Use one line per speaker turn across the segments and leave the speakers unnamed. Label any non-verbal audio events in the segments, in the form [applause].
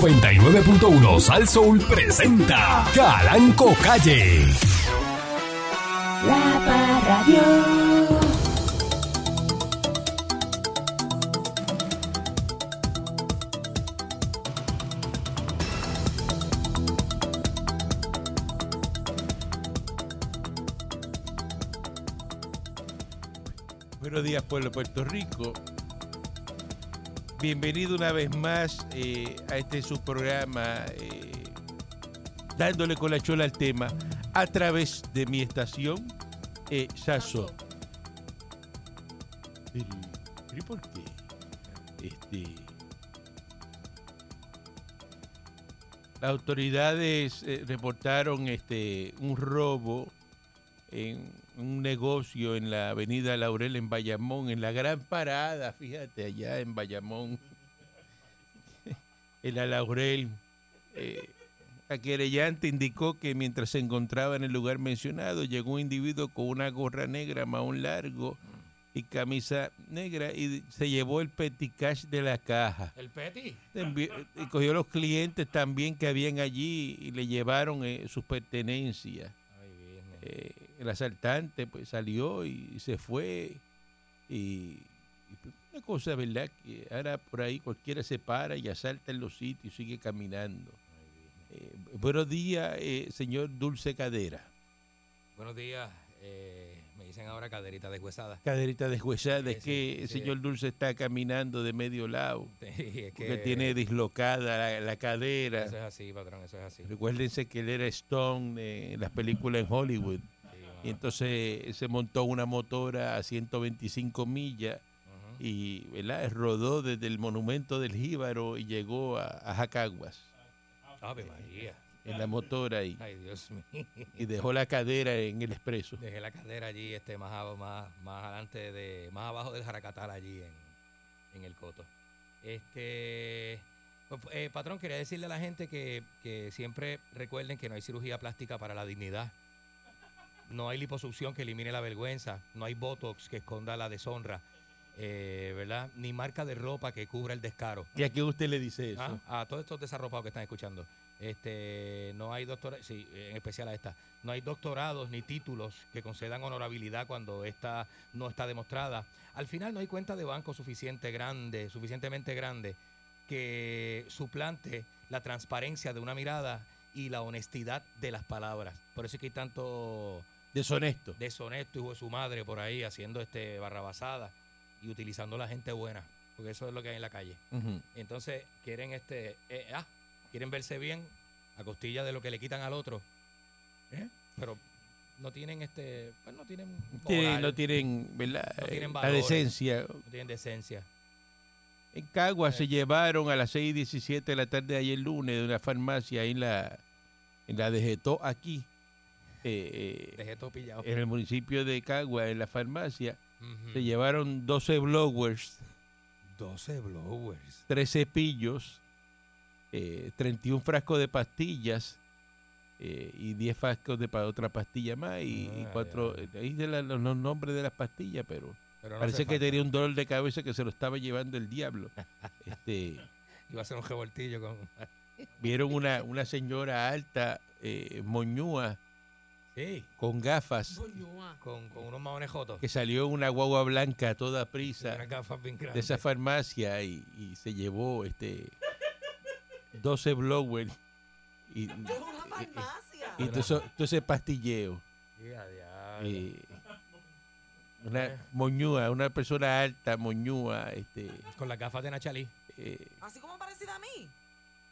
99.1 Sal Soul presenta Calanco Calle.
La Parradio.
Buenos días, pueblo de Puerto Rico. Bienvenido una vez más eh, a este su programa, eh, dándole con la chola al tema, a través de mi estación, eh, Sasso. Pero, pero ¿y por qué? Este, las autoridades eh, reportaron este, un robo en un negocio en la avenida Laurel en Bayamón, en la gran parada, fíjate, allá en Bayamón, [laughs] en la Laurel. Eh, la querellante indicó que mientras se encontraba en el lugar mencionado, llegó un individuo con una gorra negra, maón largo y camisa negra y se llevó el peticash de la caja.
¿El Peti?
Le envió- y cogió los clientes también que habían allí y le llevaron eh, sus pertenencias. Eh, el asaltante pues salió y, se fue. Y, y fue una cosa, ¿verdad? Que ahora por ahí cualquiera se para y asalta en los sitios y sigue caminando. Eh, buenos días, eh, señor Dulce Cadera.
Buenos días. eh, me dicen ahora caderita deshuesada.
Caderita deshuesada, es
Sí,
que el
sí.
señor Dulce está caminando de medio lado.
Sí, es
Porque tiene dislocada la, la cadera.
Eso es así, patrón, eso es así.
Recuérdense que él era Stone eh, en las películas en Hollywood.
Sí,
Y entonces se montó una motora a 125 millas
ujú.
y ¿verdad? rodó desde el monumento del Jíbaro y llegó a, a Jacaguas
Ave María.
en la motora y,
Ay, Dios mío.
y dejó la cadera en el expreso.
Dejé la cadera allí, este, más, aba- más, más adelante de, más abajo del Jaracatal allí en, en el Coto. Este, pues, eh, patrón, quería decirle a la gente que, que siempre recuerden que no hay cirugía plástica para la dignidad. No hay liposucción que elimine la vergüenza. No hay botox que esconda la deshonra. eh, ¿Verdad? Ni marca de ropa que cubra el descaro.
¿Y a qué usted le dice eso?
Ah, a todos estos desarropados que están escuchando. Este, no hay doctorados, sí, en especial a esta, no hay doctorados ni títulos que concedan honorabilidad cuando esta no está demostrada. Al final no hay cuenta de banco suficiente grande, suficientemente grande que suplante la transparencia de una mirada y la honestidad de las palabras. Por eso es que hay tanto
Deshonesto.
deshonesto hijo de su madre por ahí haciendo este barrabasada y utilizando la gente buena, porque eso es lo que hay en la calle.
Ujú.
Entonces quieren este eh, ah, quieren verse bien a costilla de lo que le quitan al otro. ¿Eh? Pero no tienen este, pues no tienen
Tiene-
moral,
no tienen, ¿verdad?
No tienen
Eh, la
valores.
decencia.
no tienen decencia.
En Caguas se llevaron a las 6.17 de la tarde de ayer lunes de una farmacia ahí en la, en la Dejetó aquí, eh, eh,
Dejé todo pillado.
en el municipio de Caguas, en la farmacia.
Ujú.
Se llevaron 12 blowers,
12 blowers.
3 cepillos, eh, 31 frascos de pastillas eh, y 10 frascos de pa- otra pastilla más. Y, y
Ah,
cuatro,
ya.
eh, ahí de la- los, los nombres de las pastillas, pero
Pero no
parece
hace
que
falta.
tenía un dolor de cabeza que se lo estaba llevando el diablo. este.
iba a hacer un revoltillo con
vieron una, una señora alta, eh, moñúa,
Sí,
con gafas,
con, con unos maones jotos.
que salió en una guagua blanca a toda prisa
Unas gafas bien
de
grandes.
esa farmacia y, y se llevó este 12 blowers
[laughs]
y,
una farmacia.
y todo eso- todo ese pastilleo.
Sí, a diablo.
eh, una moñúa, una persona alta, moñúa, este,
Con las gafas de Nachalí.
eh,
Así como parecida a mí.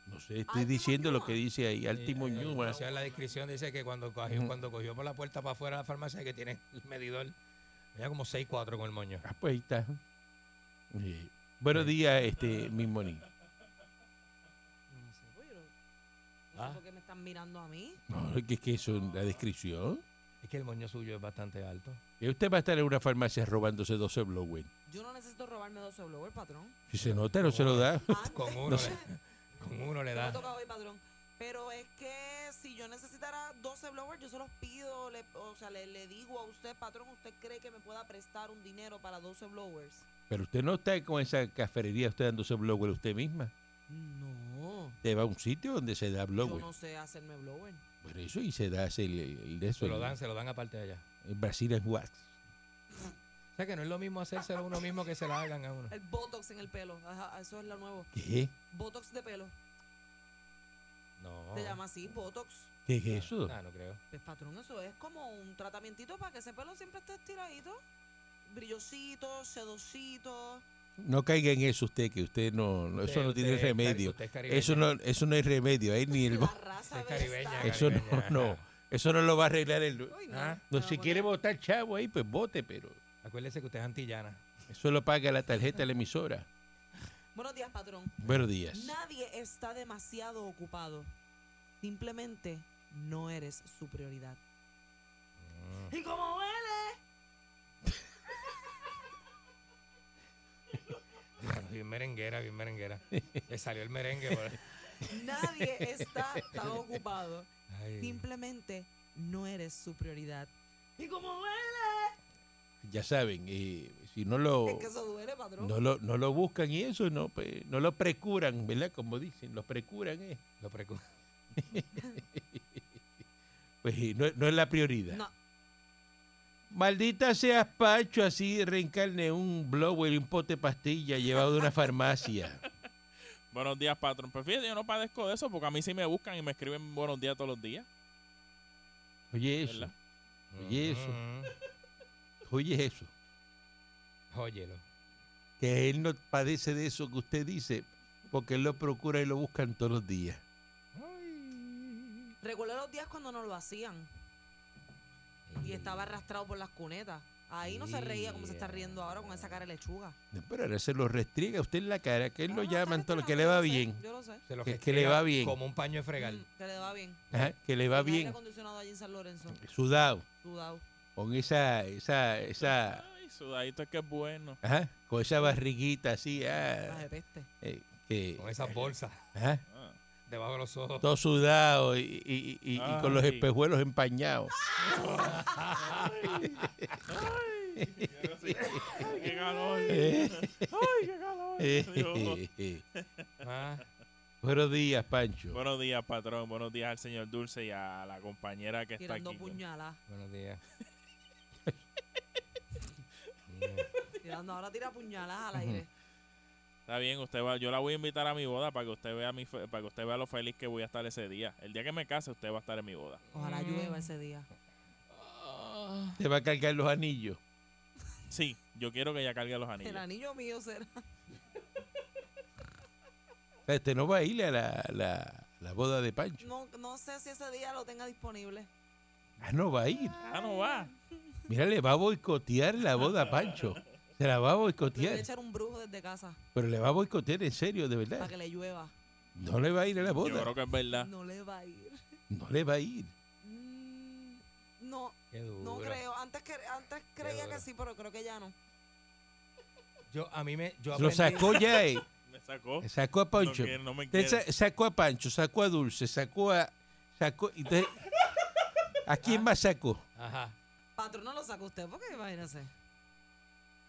no sé, estoy
Alta
diciendo lo
moñúa.
que dice ahí, alta y moñúa.
O sea, Eh, en la descripción dice que cuando cogió, cuando cogió por la puerta para afuera de la farmacia que tiene el medidor, era como 6-4 con el moño.
Ah, pues ahí está. Eh, buenos días, este, Mimoni.
No sé, pues yo no- no
Ah.
sé por qué me están mirando a mí.
No, que es que eso es la descripción.
Es que el moño suyo es bastante alto.
Y usted va a estar en una farmacia robándose 12 blowers.
Yo no necesito robarme 12 blowers, patrón.
Si se nota, no se lo da.
Antes,
[laughs]
Con uno, eh.
No
le,
sé.
con uno le
no me
da.
toca hoy, patrón. Pero es que si yo necesitara 12 blowers, yo se los pido, le- o sea, le, le digo a usted, patrón, ¿usted cree que me pueda prestar un dinero para 12 blowers?
Pero usted no está con esa cafetería, usted dándose blowers usted misma.
No.
Te va a un sitio donde se da
Yo
blower.
no sé hacerme blower.
Pero eso y se da ese- el, el- el de eso.
Se lo
el-
dan, se lo dan aparte de allá.
En Brasil es wax.
O sea que no es lo mismo hacérselo a uno mismo que se la hagan a uno.
El botox en el pelo. ajá, eso es lo nuevo.
¿Qué?
Botox de pelo.
No.
Te llama así, botox.
¿Qué es eso?
Ah, no creo.
Pues patrón, eso es como un tratamientito para que ese pelo siempre esté estiradito. Brillosito, sedosito.
No caiga en eso usted, que usted no, no- eso
Usted-
no tiene
usted es cari-
remedio.
usted es caribeña.
Eso no, eso no es remedio, eh, ni el
La
bo-
raza
Es
besta.
caribeña, caribeña.
eso no, no, eso no lo va a arreglar el.
Ay, no.
Ah,
No,
Me
si
va a
quiere
poner-
votar chavo ahí, pues vote, pero
Acuérdese que usted es antillana.
eso lo paga la tarjeta de la emisora.
Buenos días, patrón.
Buenos días.
Nadie está demasiado ocupado. Simplemente no eres su prioridad.
Mm.
¿Y cómo huele?
Bien merenguera, bien merenguera. Le salió el merengue. por-
[laughs] Nadie está
[laughs]
tan ocupado.
Ay,
Simplemente no eres su prioridad. ¿Y cómo huele?
Ya saben, eh, si no lo,
Es que eso duele, patrón.
no lo no lo buscan y eso, no pues, no lo precuran, ¿verdad? Como dicen, lo precuran, eh.
lo precu-
[laughs] Pues eh, no, no es la prioridad.
No.
Maldita seas, Pacho, así reencarne un blower y un pote de pastilla llevado de una farmacia.
Buenos días, patrón. Pues fíjate, yo no padezco de eso porque a mí sí me buscan y me escriben buenos días todos los días.
[laughs]
Oye eso,
¿Verdad?
Oye, eso.
Ujú.
oye eso.
Óyelo.
Que él no padece de eso que usted dice, porque él lo procura y lo buscan todos los días.
Recuerdo los días cuando no lo hacían y estaba arrastrado por las cunetas. Ahí no se reía como se está riendo ahora con esa cara de lechuga.
No, Pero ahora se lo restriega a usted en la cara, que él lo
No, no,
llaman
está
todo lo que le
retirado,
va
yo lo sé,
bien.
Yo lo sé.
Se lo
Que- que le
festrea
va bien.
Como un paño de fregar.
Mm, que le va bien.
Ajá, que le va
Con aire
bien,
acondicionado allí en San Lorenzo.
sudado,
Sudado.
con esa, esa, esa,
Ay, sudadito es que es bueno.
ajá, con esa barriguita así,
Las
ah,
de peste.
eh, que,
Con esas bolsas
ajá,
Ah.
debajo de los ojos.
¿Eh? todo sudado y, y- y- y con los
Ay.
espejuelos empañados.
¡Qué calor!
[laughs] Eh.
¡Ay, qué calor! Dios.
[laughs]
Ah,
Buenos días, Pancho.
Buenos días, patrón. Buenos días al señor Dulce y a la compañera que está
Tirando
aquí.
puñalas.
buenos días.
Tirando ahora tira puñalas al aire.
Está bien, usted va, yo la voy a invitar a mi boda para que usted vea mi fe- para que usted vea lo feliz que voy a estar ese día. El día que me case, usted va a estar en mi boda.
Ojalá llueva ese día.
Mm. Ah. Te va a cargar los anillos.
Sí, yo quiero que ella cargue los
El
anillos.
anillo mío será.
O sea, Este no va a ir a la, la- la boda de Pancho.
No, no sé si ese día lo tenga disponible.
Ah, no va a ir.
Ah, no va.
Mira, le va a boicotear la boda a Pancho. Se la va a
Le voy a
boicotear.
echar un brujo desde casa
Pero le va a boicotear en serio, de
para
verdad.
que le llueva.
No le va a ir a la
Yo
boda.
creo que es verdad.
No le va a ir.
No le va a ir.
Mm, No,
Qué duro.
no creo. Antes que antes creía
duro.
que sí, pero creo que ya no.
Yo, a mí me. Yo
Lo
aprendí-
sacó ya. eh.
[laughs] Me sacó.
Sacó a
No,
Pancho.
quiere- no me
Usted
quiere.
sa- sacó a Pancho, sacó a Dulce, sacó a. Sacó, entonces, ¿A
Ah.
quién más sacó?
Ajá.
[laughs] Patrón no lo saca usted, porque imagínese.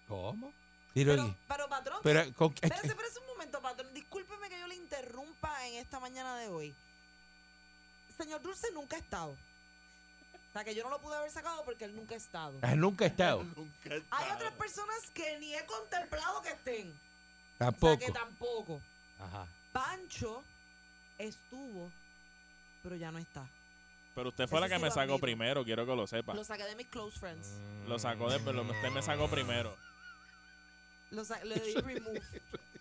¿Cómo?
Dilo
Pero,
ahí.
pero patrón,
Pero, ¿con-
espérese, espérese un momento, patrón. Discúlpeme que yo le interrumpa en esta mañana de hoy. Señor Dulce nunca ha estado. O sea, que yo no lo pude haber sacado porque él nunca ha estado.
Ah, nunca
[laughs]
ha estado.
Hay otras personas que ni he contemplado que estén. O sea,
Tampoco.
que tampoco.
Ajá.
Pancho estuvo, pero ya no está.
Pero usted fue
Ese
la que
sí
me
lo
sacó
admiro.
primero, quiero que lo sepa.
Lo saqué de mis close friends.
Lo sacó de, pero usted me sacó primero.
Lo sa- le di remove.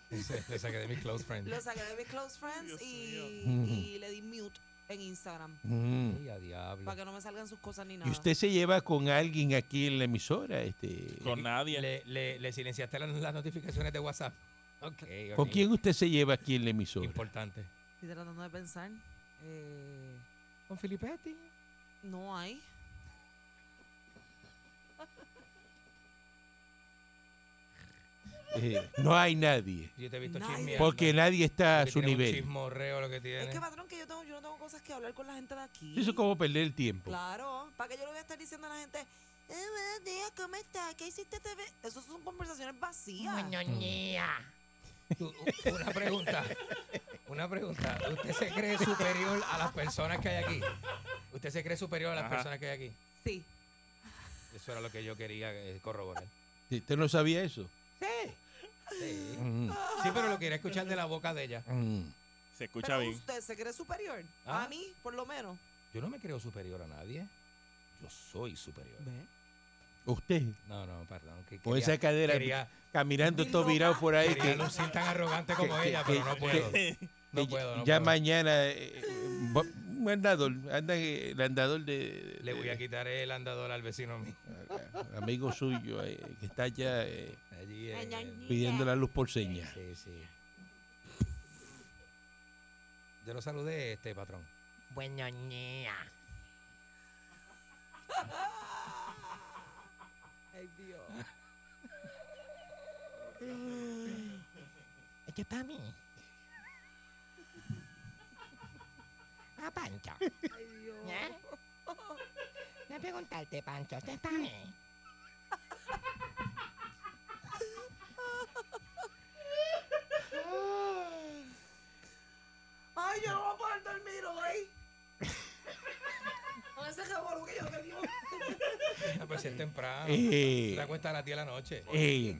Ese- Le saqué de mis close friends.
Lo saqué de mis close friends y,
mío.
y le di mute en Instagram.
Mm.
Ay, a diablo.
Para que no me salgan sus cosas ni nada.
Y usted se lleva con alguien aquí en la emisora, este.
Con nadie.
Le, le, le silenciaste las, las notificaciones de WhatsApp. Ok. ok.
¿Con quién usted se lleva aquí en la emisora?
Importante.
Estoy tratando de pensar. Eh,
Con Filipetti.
no hay.
Eh, no hay nadie,
Yo te he visto
Nadie.
chismeando.
porque nadie está a
Que
su
tiene un
nivel.
chismorreo lo que tiene.
Es que, patrón, que yo, tengo, yo no tengo cosas que hablar con la gente de aquí.
Eso es como perder el tiempo.
Claro, para que yo le voy a estar diciendo a la gente, eh, este buenos días, ¿cómo estás? ¿Qué hiciste TV? Eso son conversaciones vacías.
Tú- Una pregunta. Una pregunta. ¿Usted
[laughs]
se cree superior a las personas que hay aquí? ¿Usted se cree superior a las
Ajá.
personas que hay aquí?
Sí.
Eso era lo que yo quería eh, corroborar.
Sí, ¿Usted no sabía eso? Mm,
Sí.
Sí. Sí, pero lo quería escuchar de la boca de ella.
Se escucha
Pero
bien.
usted se cree superior.
Ah.
A mí, por lo menos.
Yo no me creo superior a nadie. Yo soy superior.
Usted,
No, no, perdón. Que
con
quería-
esa cadera
quería-
caminando
Dilo
todo virado por ahí, que,
Quería lucir tan arrogante como
que-
ella,
que-
pero no
[laughs]
puedo.
que-
No
que
puedo, no
ya
puedo.
mañana eh, eh, va- un andador, anda eh, el andador de,
Le voy
de-
a quitar el andador al vecino
[laughs]
mío.
amigo suyo eh, que está allá eh,
Allí en
Ay,
el-
pidiendo la luz por señas.
Sí, sí. Yo lo saludé, este patrón. Buenos días.
Ay, Dios.
¿Qué está a mí? A Pancho.
Ay, Dios.
Ah, ¿Eh? Me preguntarte, Pancho, ¿usted está bien?
Ah.
Ay, yo no voy a poder dormir hoy. [laughs] Con ese revolú que yo tengo.
Pues si es temprano.
Eh,
Se acuesta a las 10 de la noche.
eh,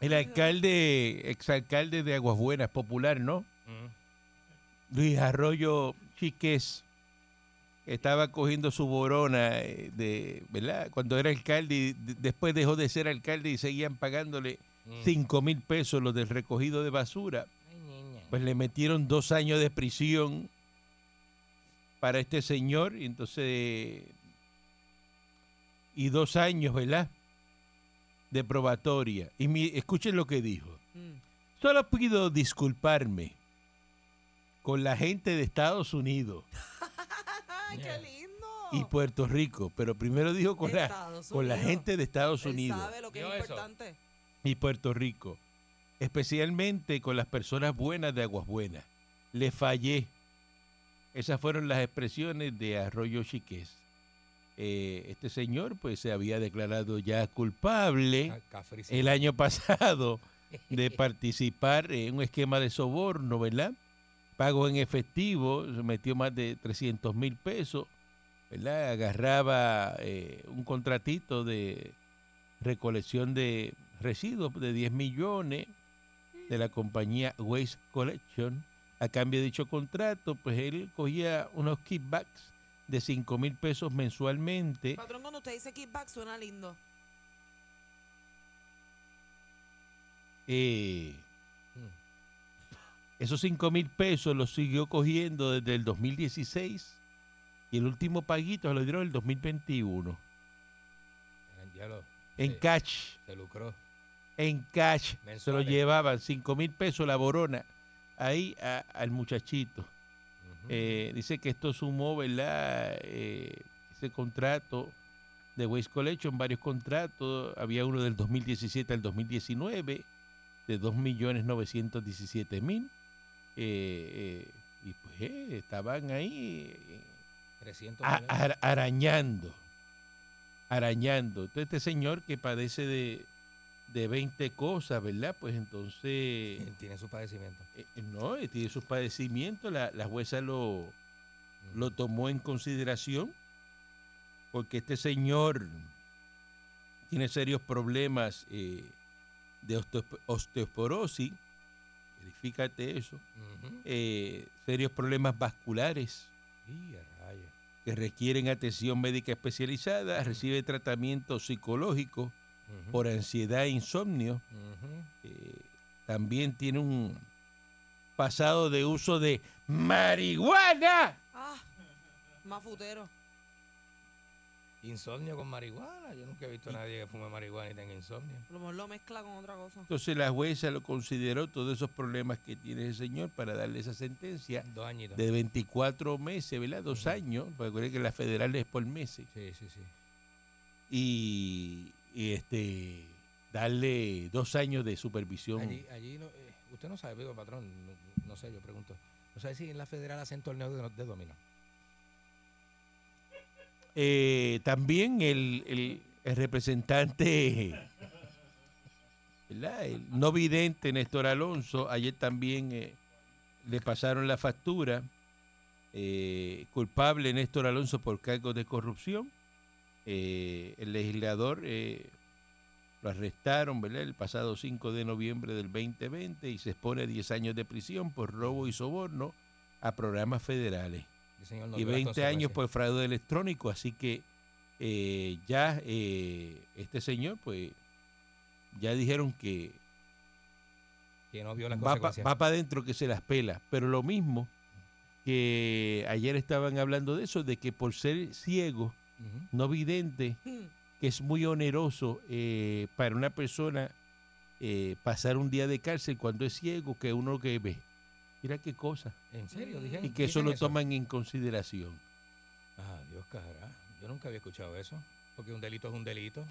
el alcalde, exalcalde de Aguas Buenas, popular, ¿no?
Mm.
Luis Arroyo Chiqués estaba cogiendo su borona eh, de, ¿verdad? Cuando era alcalde, y de- después dejó de ser alcalde y seguían pagándole
Mm.
5 mil pesos los del recogido de basura.
Ay, niña.
Pues le metieron dos años de prisión para este señor y entonces y dos años, ¿verdad? De probatoria. Y mi- escuchen lo que dijo.
Mm.
Solo pido disculparme con la gente de Estados Unidos
Ay,
Yeah.
qué lindo.
y Puerto Rico, pero primero dijo con la,
Estados
con la
Unidos.
gente de Estados
Él
Unidos
sabe lo que
Yo
es
eso.
importante.
y Puerto Rico, especialmente con las personas buenas de Aguas Buenas. Le fallé. Esas fueron las expresiones de Arroyo Chiqués. Eh, este señor pues se había declarado ya culpable
Ah, cafrísimo.
el año pasado
[laughs]
de participar en un esquema de soborno, ¿verdad? Pago en efectivo, se metió más de 300 mil pesos, ¿verdad? Agarraba eh, un contratito de recolección de residuos de 10 millones de la compañía Waste Collection. A cambio de dicho contrato, pues él cogía unos kickbacks de 5 mil pesos mensualmente.
Patrón, cuando usted dice kickback suena lindo.
Eh,
Mm.
Esos 5 mil pesos los siguió cogiendo desde el 2016 y el último paguito se lo dieron en el 2021.
Ya lo-
En
Sí.
cash,
se lucró.
en cash. Se lo
Mensuales.
llevaban 5 mil pesos la borona ahí a- al muchachito.
Ujú.
Eh, dice que esto sumó, ¿verdad? Eh, ese contrato de Waste Collection, varios contratos. Había uno del 2017 al 2019 de 2.917.000. Eh, eh, y pues eh, estaban ahí eh,
300
a-
millones.
ar- arañando. Arañando. Entonces, este señor que padece de, de 20 cosas, ¿verdad? Pues entonces.
Él Tiene su padecimiento.
Eh, eh, No, eh, tiene sus padecimientos, la, la jueza lo,
Ujú.
lo tomó en consideración porque este señor tiene serios problemas eh, de osteop- osteoporosis, verifícate eso,
Ujú.
eh, serios problemas vasculares
Y a rayos.
que requieren atención médica especializada, recibe tratamiento psicológico
Ujú.
por ansiedad e insomnio,
Ujú.
eh, también tiene un pasado de uso de marihuana.
Ah, mafutero.
Insomnio con marihuana. Yo nunca he visto a nadie que fume marihuana y tenga insomnio.
A lo mejor lo mezcla con otra cosa.
Entonces la jueza lo consideró todos esos problemas que tiene ese señor para darle esa sentencia
Dos añitos.
de 24 meses, ¿verdad? Dos años, porque recuerden que la federal es por meses.
Sí, sí, sí.
Y, y, este darle dos años de supervisión.
Allí, allí no, eh, usted no sabe, digo, patrón, no, no sé, yo pregunto. No sabe si en la federal hacen torneos de, de dominó.
Eh, también el, el- el representante ¿verdad? El no vidente Néstor Alonso, ayer también eh, le pasaron la factura. Eh, culpable Néstor Alonso por cargos de corrupción. Eh, el legislador eh, lo arrestaron ¿verdad? el pasado 5 de noviembre del 2020 y se expone a 10 años de prisión por robo y soborno a programas federales
El señor
y
Norberto
20 años
Cervesi.
por fraude electrónico. Así que eh, ya eh, este señor, pues, ya dijeron que
Que no vio las
va
consecuencias.
para adentro que se las pela. Pero lo mismo que ayer estaban hablando de eso, de que por ser ciego,
Ujú.
no vidente, que es muy oneroso eh, para una persona eh, pasar un día de cárcel cuando es ciego que uno que ve. Mira qué cosa.
¿En serio? Dijeron-
Y que eso
dicen
lo toman en consideración.
Ah, Dios, cara. Yo nunca había escuchado eso. Porque un delito es un delito.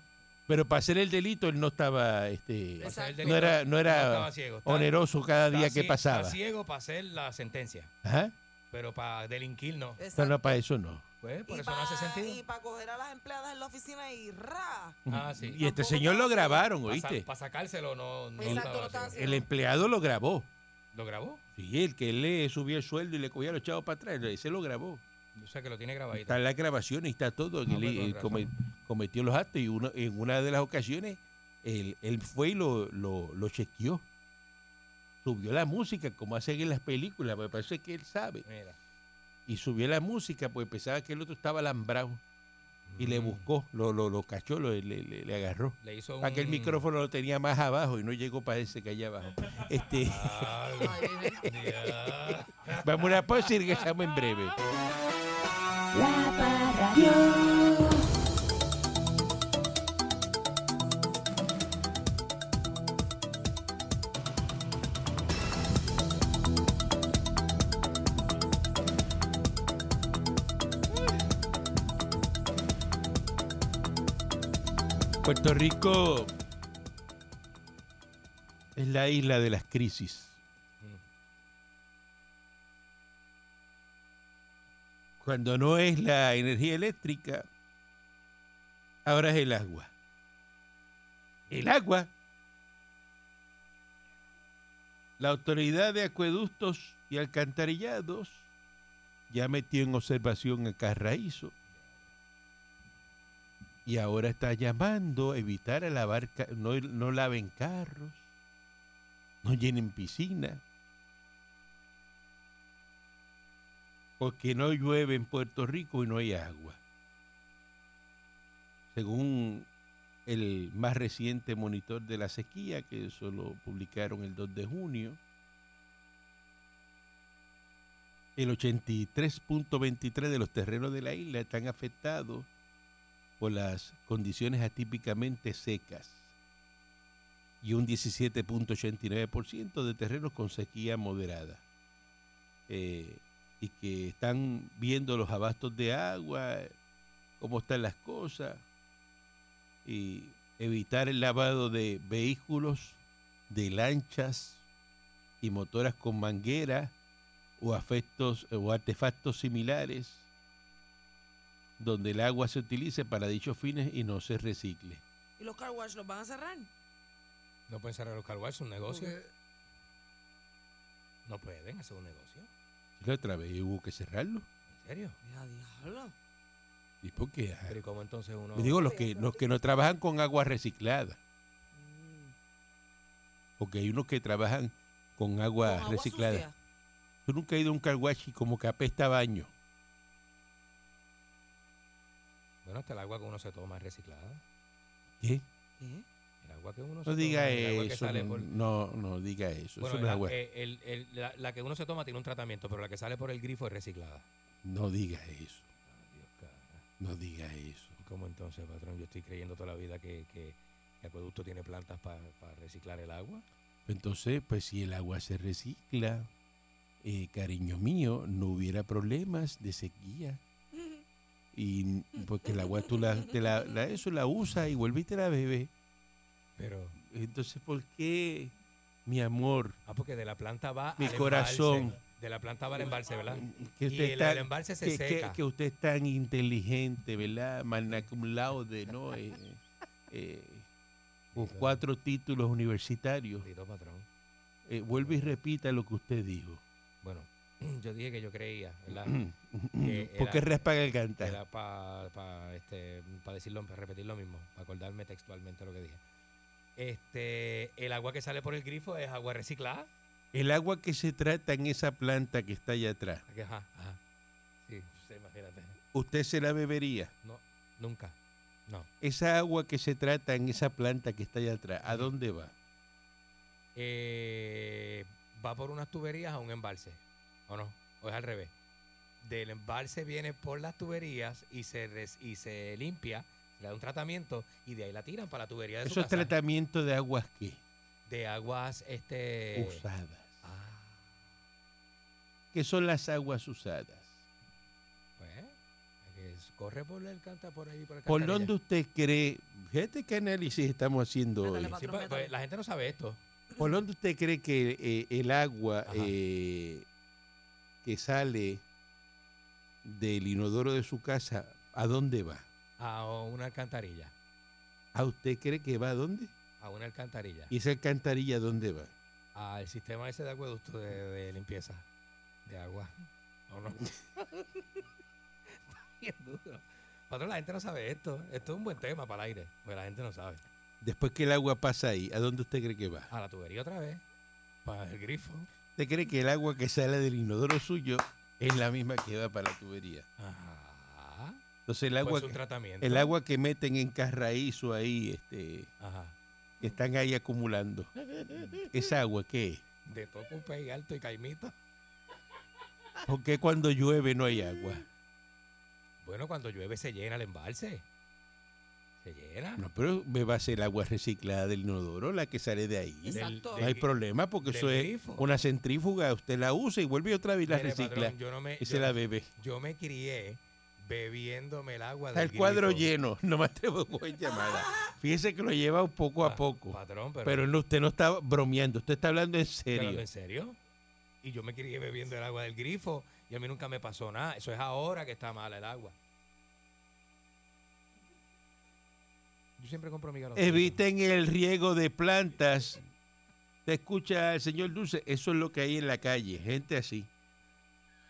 Pero para hacer el delito él no estaba, este,
Para hacer el
Exacto.
delito,
no era, no era
estaba ciego, está-
oneroso cada
está
día que
cie-
pasaba.
Está ciego para hacer la sentencia.
Ajá.
Pero para delinquir no.
No,
Exacto.
no, para eso no.
Pues, por
y
eso no hace
para
sentido.
coger a las empleadas en la oficina y ra.
Ah, sí.
Y
Tampoco
este señor lo
estaba ciego.
grabaron,
Para
¿oíste?
sacárselo no, no
Exacto,
estaba
no estaba
ciego.
El em- empleado lo grabó.
¿Lo grabó?
Sí, el que le subía el sueldo y le cogía los chavos para atrás, ese lo grabó.
O sea que lo tiene grabadito.
Está la grabación y está todo.
No,
él,
pues, con
eh, come- cometió los actos y uno, en una de las ocasiones él, él fue y lo, lo, lo chequeó. Subió la música, como hacen en las películas, me parece que él sabe.
Mira.
Y subió la música, pues pensaba que el otro estaba alambrado. Y le
Mm.
buscó, lo, lo, lo cachó, lo- le, le- le agarró.
Le hizo un...
Aquel micrófono lo tenía más abajo y no llegó para ese que allá
[laughs]
abajo. Este,
Ah, ya.
[laughs] vamos a una pausa y regresamos en breve.
La Parradio.
Puerto Rico es la isla de las crisis. Cuando no es la energía eléctrica, ahora es el agua. El agua. La autoridad de acueductos y alcantarillados ya metió en observación a Carraízo y ahora está llamando a evitar a lavar, ca- no, no laven carros, no llenen piscina, porque no llueve en Puerto Rico y no hay agua. Según el más reciente monitor de la sequía, que eso lo publicaron el 2 de junio, el 83.23 de los terrenos de la isla están afectados por las condiciones atípicamente secas y un 17.89% de terrenos con sequía moderada eh, y que están viendo los abastos de agua, cómo están las cosas y evitar el lavado de vehículos, de lanchas y motoras con manguera o, afectos, o artefactos similares donde el agua se utilice para dichos fines y no se recicle.
¿Y los car wash los van a cerrar?
No pueden cerrar los carguas, es un negocio.
Porque-
No pueden hacer un negocio.
Y La otra vez hubo que cerrarlo.
¿En serio?
Ya, diablo.
¿Y por qué? Ah,
Pero ¿y cómo entonces uno...?
Digo, los que, los que no trabajan con agua reciclada.
Mm.
Porque hay unos que trabajan con agua
Con agua
reciclada.
sucia.
Yo nunca he ido a un carguachi como que apesta a baño.
Bueno, hasta el agua que uno se toma es reciclada.
¿Qué?
¿Qué?
El agua que uno
No diga
el agua que
eso.
sale
No,
por-
no, no diga eso.
Bueno,
eso no es
la,
agua.
eh, el- el- la- la que uno se toma tiene un tratamiento, pero la que sale por el grifo es reciclada.
No diga eso.
Dios, cara.
No diga eso.
¿Cómo entonces, patrón? Yo estoy creyendo toda la vida que, que el acueducto tiene plantas para reciclar el agua.
Entonces, pues si el agua se recicla, eh, cariño mío, no hubiera problemas de sequía. Y n- porque el agua tú la, te la, la- eso la usas y volviste la bebes.
Pero...
Entonces, ¿por qué, mi amor,
Ah, porque de la planta va
Mi
al
corazón.
embalse. De la planta va al embalse, ¿verdad?
que
Y
usted,
el,
es tan-
el embalse se
que- que-
seca.
que usted es tan
[laughs]
inteligente, ¿verdad? Magna cum laude, ¿no? Eh, eh, con cuatro títulos universitarios,
Bendito patrón.
eh, vuelve y repita lo que usted dijo.
Bueno, [clears throat] yo dije que yo creía,
[clears throat]
¿verdad?
porque
Que
¿Por qué
era-
raspa garganta?
Era para este, pa decirlo, para repetir lo mismo, para acordarme textualmente lo que dije. Este, el agua que sale por el grifo es agua reciclada.
El agua que se trata en esa planta que está allá atrás,
Ajá, ajá. Sí, sí, imagínate.
¿usted se la bebería?
No, nunca. No.
Esa agua que se trata en esa planta que está allá atrás, ¿a dónde va?
Eh, va por unas tuberías a un embalse, ¿o no? O es al revés. Del embalse viene por las tuberías y se res- y se limpia, le da un tratamiento y de ahí la tiran para la tubería de su
Eso es
casa.
tratamiento de aguas que
de aguas este
usadas.
Ah,
¿Qué son las aguas usadas?
pues, que es- corre por el canta por ahí por el
¿Por
cantarilla.
dónde usted cree? Fíjate qué análisis estamos haciendo
Métale
hoy.
pa-
Sí, pues, pues, la gente no sabe esto.
¿Por dónde usted cree que eh, el agua
Ajá.
eh, que sale del inodoro de su casa, a dónde va?
A una alcantarilla,
¿A usted cree que va a dónde?
a una alcantarilla,
¿Y esa alcantarilla a dónde va?
al sistema ese de acueducto de, de limpieza de agua.
[laughs]
¿O no? Está bien duro. Patrón, la gente no sabe esto. Esto es un buen tema para el aire, porque la gente no sabe.
Después que el agua pasa ahí, ¿a dónde usted cree que va?
A la tubería otra vez, para el grifo.
¿Usted cree que el agua que sale del inodoro suyo es la misma que va para la tubería?
Ajá.
Entonces el
Pues
agua,
un
que-
tratamiento.
el agua que meten en carraízo ahí, este,
Ajá.
que están ahí acumulando, ¿esa agua qué es?
De topo, pez y alto y caimito.
¿Por qué cuando llueve no hay agua?
Bueno, cuando llueve se llena el embalse. Se llena.
No, pero me va a ser el agua reciclada del inodoro la que sale de ahí.
Del- Exacto.
no hay problema porque
del
eso es
grifo.
una centrífuga. Usted la usa y vuelve otra vez y la
Mire,
recicla
patrón, yo, no me,
y
yo,
se la bebe.
yo me crié bebiéndome el agua
Está
del
el cuadro
grifo.
lleno. [laughs] No me atrevo con
[laughs]
llamada. Fíjese que lo lleva un poco
Pa-
a poco.
Ah, Patrón, pero,
pero no, usted no está bromeando. Usted está hablando en
pero
serio.
¿en serio? Y yo me crié bebiendo el agua del grifo y a mí nunca me pasó nada. Eso es ahora que está mala el agua. Yo siempre compro mi galotito.
Eviten el riego de plantas. Te escucha el señor Dulce. Eso es lo que hay en la calle. Gente así.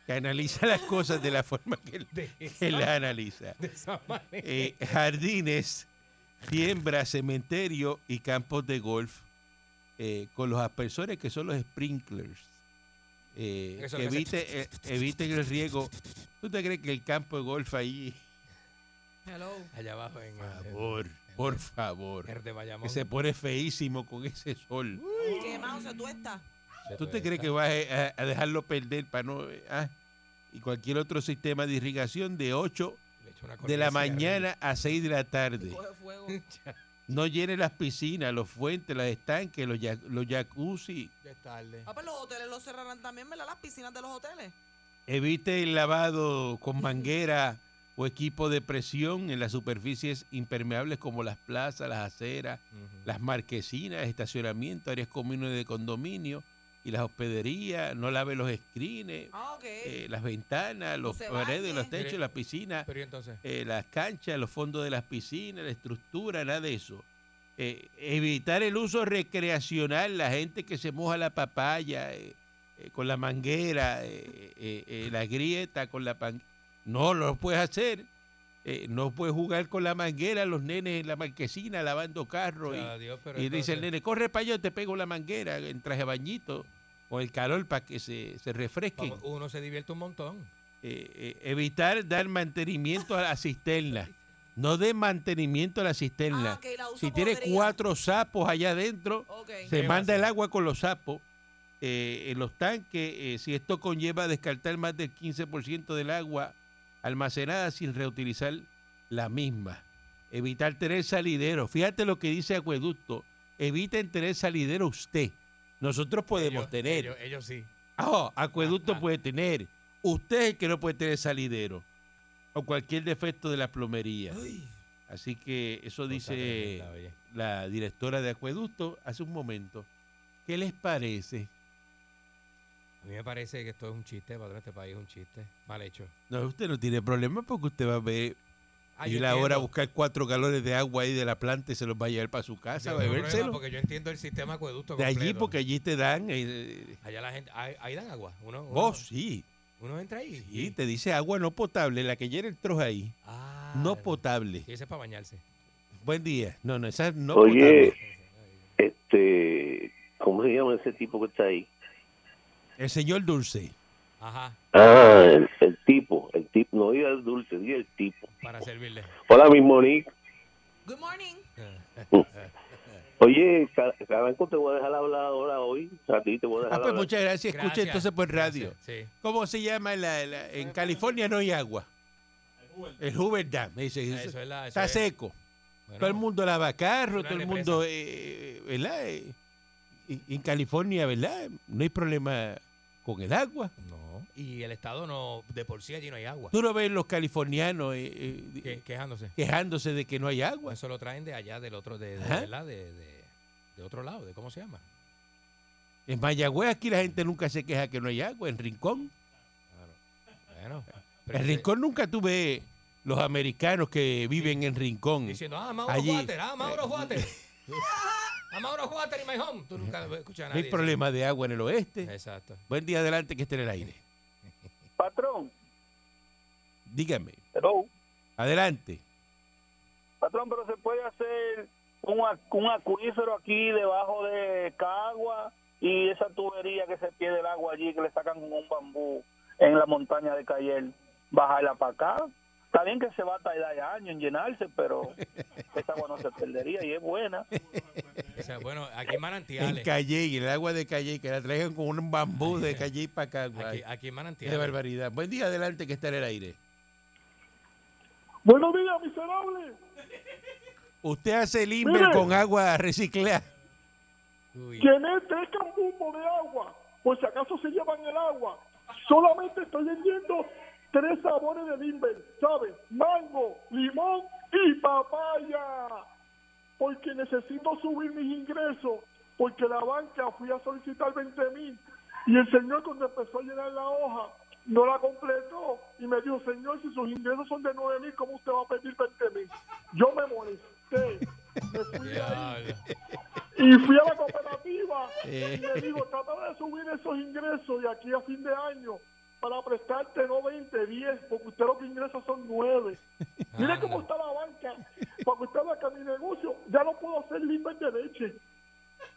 Que analiza las cosas de la forma que,
[laughs] De,
que las analiza.
de esa manera.
eh, jardines, siembra, cementerio y campos de golf eh, con los aspersores que son los sprinklers. Eh,
Eso
que
es lo que
evite, eh, eviten el riego. ¿Tú te crees que el campo de golf ahí?
Hello.
Allá abajo en
Por
el-
favor, por favor.
el de Bayamón. Uh,
Que se pone feísimo con ese sol.
Quemado se tuesta.
¿Tú te crees que vas a, a dejarlo perder para no... eh, ah? y cualquier otro sistema de irrigación de 8
Le echo
de la
una cornecilla arriba.
mañana a 6 de la tarde.
Coge fuego.
No llene las piscinas, los fuentes, los estanques, los, ya- los jacuzzi.
Ya es tarde.
Ah, pues los hoteles los cerrarán también, ¿verdad? Las piscinas de los hoteles.
Evite el lavado con manguera o equipo de presión en las superficies impermeables como las plazas, las aceras,
Ujú.
las marquesinas, estacionamiento, áreas comunes de condominio y las hospederías. No lave los escrines,
Ah, ok.
eh, las ventanas, los
se
paredes,
bañe.
los techos,
Mire.
las piscinas.
Pero ¿y entonces.
eh, las canchas, los fondos de las piscinas, la estructura, nada de eso. Eh, evitar el uso recreacional, la gente que se moja la papaya eh, eh, con la manguera, eh, eh, eh, la grieta con la pan... No, no lo puedes hacer. Eh, no puedes jugar con la manguera, los nenes en la marquesina lavando carro. y-
Ya, Dios, pero
y dice
entonces-
el nene, corre para allá, te pego la manguera en traje de bañito o el calor para que se, se refresquen.
Vamos, uno se divierte un montón.
Eh, eh, evitar dar mantenimiento a la cisterna. No dé mantenimiento a la cisterna.
Ah, ok, la uso
si tiene
podrida.
cuatro sapos allá adentro,
Ok.
se
¿Qué
manda
pasa?
el agua con los sapos eh, en los tanques. eh, si esto conlleva descartar más del 15% del agua almacenada sin reutilizar la misma. Evitar tener salidero. Fíjate lo que dice Acueducto. Eviten tener salidero usted. Nosotros podemos
Ellos-
tener.
Ellos, ellos sí.
Ah, acueducto puede tener. Usted es el que no puede tener salidero. O cualquier defecto de la plomería. Así que eso
Cosa
dice
tremenda, oye.
la directora de acueducto hace un momento. ¿Qué les parece?
A mí me parece que esto es un chiste, patrón. Este país es un chiste. Mal hecho.
No, usted no tiene problema porque usted va a ver
Ay,
y
yo
la hora a
entiendo.
buscar cuatro galones de agua ahí de la planta y se los va a llevar para su casa,
Yo
a
no problema,
bebérselo.
Porque yo entiendo el sistema acueducto.
De allí,
completo.
porque allí te dan. eh,
Allá la gente. Ahí, ahí dan agua. Uno, uno-
vos, Oh, sí.
Ah, Uno entra ahí.
Y te dice agua no potable, la que llena el trozo ahí.
Ah,
No potable.
Y ese es para bañarse.
Buen día. No, no, esa es no
Oye,
potable.
este, ¿cómo se llama ese tipo que está ahí?
El señor Dulce.
Ajá,
Ah, el, el tipo, el tipo, no diga el dulce, diga el tipo.
para servirle.
Hola, mi Monique.
Good morning.
[laughs] Oye, Ca- Caranco, te voy a dejar hablar ahora hoy. A ti te voy a dejar
Ah, pues
hablar.
muchas gracias. Escucha
Gracias,
entonces por radio.
gracias, Sí.
¿Cómo se llama? la- la- en California no hay agua. El Hoover Dam. me dice,
Ah, Eso es la- eso
está
es-
seco.
bueno,
todo el mundo lava carro,
una
todo el
represa.
mundo, eh, ¿verdad? Eh, y- y en California, ¿verdad? No hay problema con el agua.
No. Y el Estado no. De por sí allí no hay agua.
Tú no ves los californianos eh, eh,
Que- quejándose.
quejándose de que no hay agua.
Eso lo traen de allá, del otro. De, de,
Ajá.
¿verdad? de, de, de otro lado. de ¿Cómo se llama?
En Mayagüez aquí la gente nunca se queja que no hay agua. En Rincón,
Bueno. pero
en
este-
Rincón nunca tú ves los americanos que viven en Rincón.
Diciendo, ah, Mauro
Allí- Eh,
Water, ah, Mauro
[laughs]
Water. ah, Mauro Water in my home. Tú nunca escuchas a
No
nadie.
hay problema de agua en el
decir-
oeste.
Exacto.
Buen día adelante que esté en el aire.
Patrón,
Dígame,
hello.
adelante.
Patrón, pero se puede hacer un, ac- un acuífero aquí debajo de Cagua y esa tubería que se pierde el agua allí, que le sacan con un bambú en la montaña de Cayel, bajarla para acá. Está bien que se va a tardar años en llenarse, pero esa agua no se perdería y es buena.
O sea, bueno, aquí en
En
Manantiales.
Calle, el agua de Calle, que la traigan con un bambú de Calle para acá.
Aquí,
guay.
aquí en
Qué
Manantiales.
barbaridad. Buen día adelante que está en el aire.
Buenos días, miserable.
Usted hace el Inver
Mire.
con agua reciclada.
Uy,
Llené tres cambumos de agua, por si acaso se llevan el agua. Solamente estoy vendiendo tres sabores de Limber, ¿sabes? Mango, limón y papaya. Porque necesito subir mis ingresos, porque la banca fui a solicitar 20 mil y el señor cuando empezó a llenar la hoja no la completó y me dijo, señor, si sus ingresos son de 9 mil, ¿cómo usted va a pedir 20 mil? Yo me molesté. Me fui de ahí
diablo.
y fui a la cooperativa
Eh.
y le digo, trata de subir esos ingresos de aquí a fin de año para prestarte no 20, 10, porque usted los ingresos son 9. Mire cómo está la banca. Para que usted vea que mi negocio ya no puedo hacer libre de leche.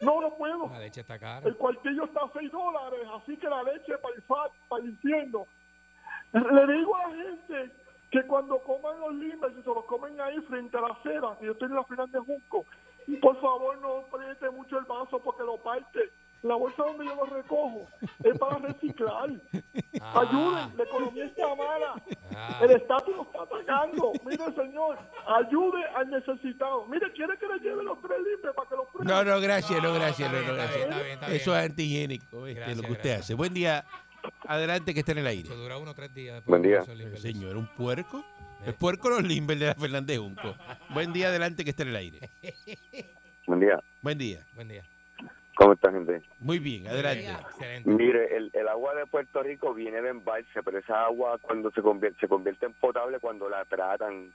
No lo puedo.
La leche está cara.
El cuartillo está a 6 dólares, así que la leche para el fat, para el infierno. Le digo a la gente que cuando coman los limbes, si se los comen ahí frente a la acera, que yo estoy en la final de Junco, por favor no apriete mucho el vaso porque lo parte. La bolsa donde yo lo recojo es para reciclar.
Ah,
Ayuden, la economía está mala.
ah.
El Estado nos está atacando. Mire, señor, ayude al necesitado. Mire, quiere que le lleve los tres limbes para que los pruebe.
No, no, gracias, no,
No,
gracias,
está
no,
bien,
no,
está
gracias.
bien, está bien, está
Eso
bien.
es antihigiénico, este,
Gracias,
lo que usted
gracias.
hace. Buen día adelante que esté en el aire.
Eso dura uno tres días. después
Buen
de
día.
esos
Pero,
limpios.
Señor, un puerco.
Eh.
El puerco los limber de la Fernández Junco. Buen día adelante que esté en el aire.
[laughs] Buen día.
Buen día.
Buen día.
¿Cómo está, gente?
Muy bien, adelante.
Excelente.
Mire, el, el agua de Puerto Rico viene de embalse, pero esa agua cuando se convierte, se convierte en potable cuando la tratan,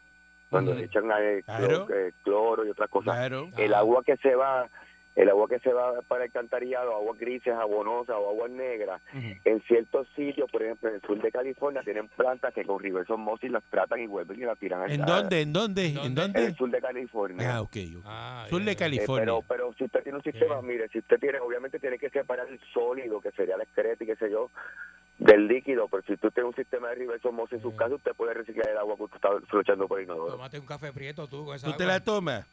cuando
Ujú.
le echan eh,
Claro.
clo- eh, cloro y otras cosas.
Claro.
El
Ah.
agua que se va, el agua que se va para alcantarillado, aguas grises, abonosas o aguas negras,
Ujú.
en ciertos sitios, por ejemplo en el sur de California, tienen plantas que con reverse osmosis las tratan y vuelven y las tiran al-
¿En
a-
dónde? ¿En dónde? ¿En
¿Dónde?
En
dónde?
el sur de California.
Ah, ok. ok.
Ah,
Sur
ya,
de
ya.
Eh,
California.
pero, pero si usted tiene un sistema,
Sí.
mire, si usted tiene, obviamente tiene que separar el sólido, que sería la excreta y qué sé yo, del líquido, pero si usted tiene un sistema de reverse osmosis en
Sí.
su casa, usted puede reciclar el agua que usted está flochando por el inodoro.
Tómate un café prieto tú con esa
¿Tú te
agua.
la tomas?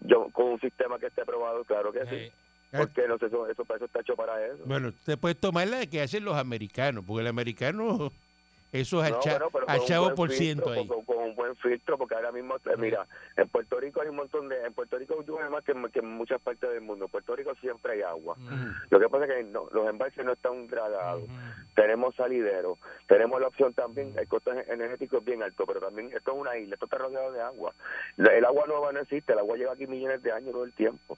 Yo, con un sistema que esté probado, claro que sí.
Eh,
Porque no sé, eso, eso, para eso está hecho para eso.
Bueno, usted puede tomar la que hacen los americanos, porque el americano, eso es
No,
al
bueno, pero con un
chavo
buen
por
filtro,
ciento ahí.
Con, con un buen filtro, porque ahora mismo, eh, mira, en Puerto Rico hay un montón de. En Puerto Rico, yo más que, que en muchas partes del mundo. En Puerto Rico siempre hay agua.
mm,
Lo que pasa es que no- los embalses no están dragados.
mm,
tenemos salidero, tenemos la opción también, el costo ener- energético es bien alto, pero también esto es una isla, esto está rodeado de agua. La- El agua nueva no existe, el agua lleva aquí millones de años todo el tiempo.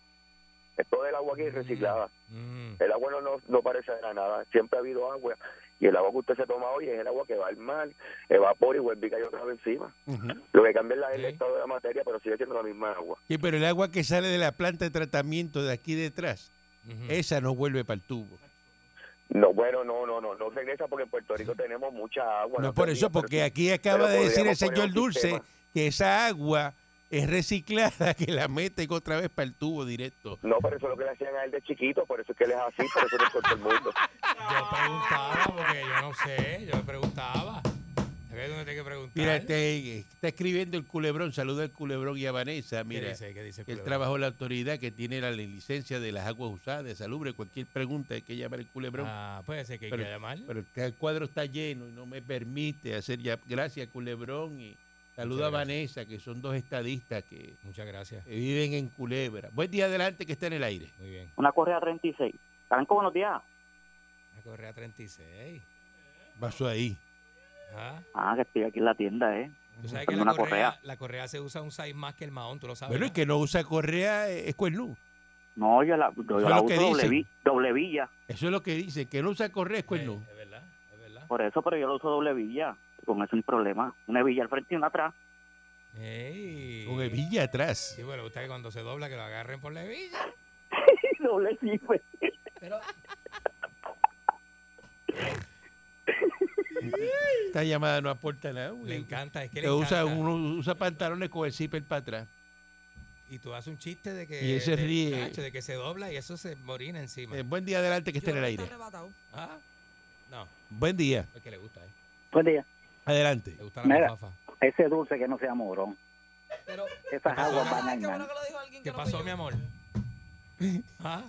Todo el agua aquí es reciclada,
mm.
el agua no, no, no parece a nada, siempre ha habido agua Y el agua que usted se toma hoy es el agua que va al mar, evapora y vuelve y cae otra vez encima. Lo que cambia es la- el estado de la materia, pero sigue siendo la misma agua.
Sí, pero el agua que sale de la planta de tratamiento de aquí detrás, esa no vuelve para el tubo.
No, bueno, no, no, no, no regresa porque en Puerto Rico tenemos mucha agua.
no por
tenemos,
eso,
pero
porque
sí-
aquí
pero
acaba de decir el
podríamos poner
señor
un
Dulce
sistema.
que esa agua es reciclada, [laughs] que la meten otra vez para el tubo directo.
No, pero eso es lo que le hacían a él de chiquito, por eso es que él es así, por eso le cortó el
[laughs]
mundo.
preguntaba porque yo no sé, yo preguntaba. ¿Sabes dónde tengo que preguntar?
Mira, te- está escribiendo el culebrón, saluda al culebrón y a Vanessa. Mira,
dice? ¿Qué dice el
que él
culebrón?
trabajó en la autoridad que tiene la licencia de las aguas usadas, de salubre, cualquier pregunta hay que llamar al culebrón.
Ah, puede ser que hay
pero,
que llamar.
Pero el ca- cuadro está lleno y no me permite hacer ya. Gracias, culebrón. Y saluda a
Muchas
Vanessa, que son dos estadistas que
Muchas gracias.
que viven en Culebra. Buen día adelante que está en el aire.
Muy bien.
Una correa 36. Caranco, buenos días.
Una correa 36.
Vaso ahí.
Ah.
Ah, que estoy aquí en la tienda, ¿eh?
Tú sabes que
Tengo
la
una
correa,
correa.
la correa se usa un size más que el mahón, tú lo sabes.
Bueno, el que no usa correa eh, es cuernú.
No, yo la, yo
Eso
la
es lo que
uso doble,
dicen.
vi- doble villa.
Eso es lo que dice, que no usa correa es cuernú.
Por eso, pero yo la uso doble villa. Con eso no hay problema. Una villa al frente y una atrás.
Con hebilla atrás.
Sí, bueno, usted que cuando se dobla que lo agarren por la hebilla.
[laughs] doble sí, pues.
Pero
Esta llamada no aporta nada.
le encanta, es que le
Que usa,
encanta.
uno usa pantalones con el zipper para atrás.
Y tú haces un chiste de que
Y él se
de,
ríe.
cacho, de que se dobla y eso se morina encima.
Eh, buen día adelante que está en el aire.
Ah, no,
Buen día.
es que le gusta, eh.
Buen día.
Adelante.
Le gusta la
Mira,
mofafa.
ese dulce que no sea morón. Esas aguas van a engañar.
¿Qué pasó,
[laughs]
mi amor? ¿Ah?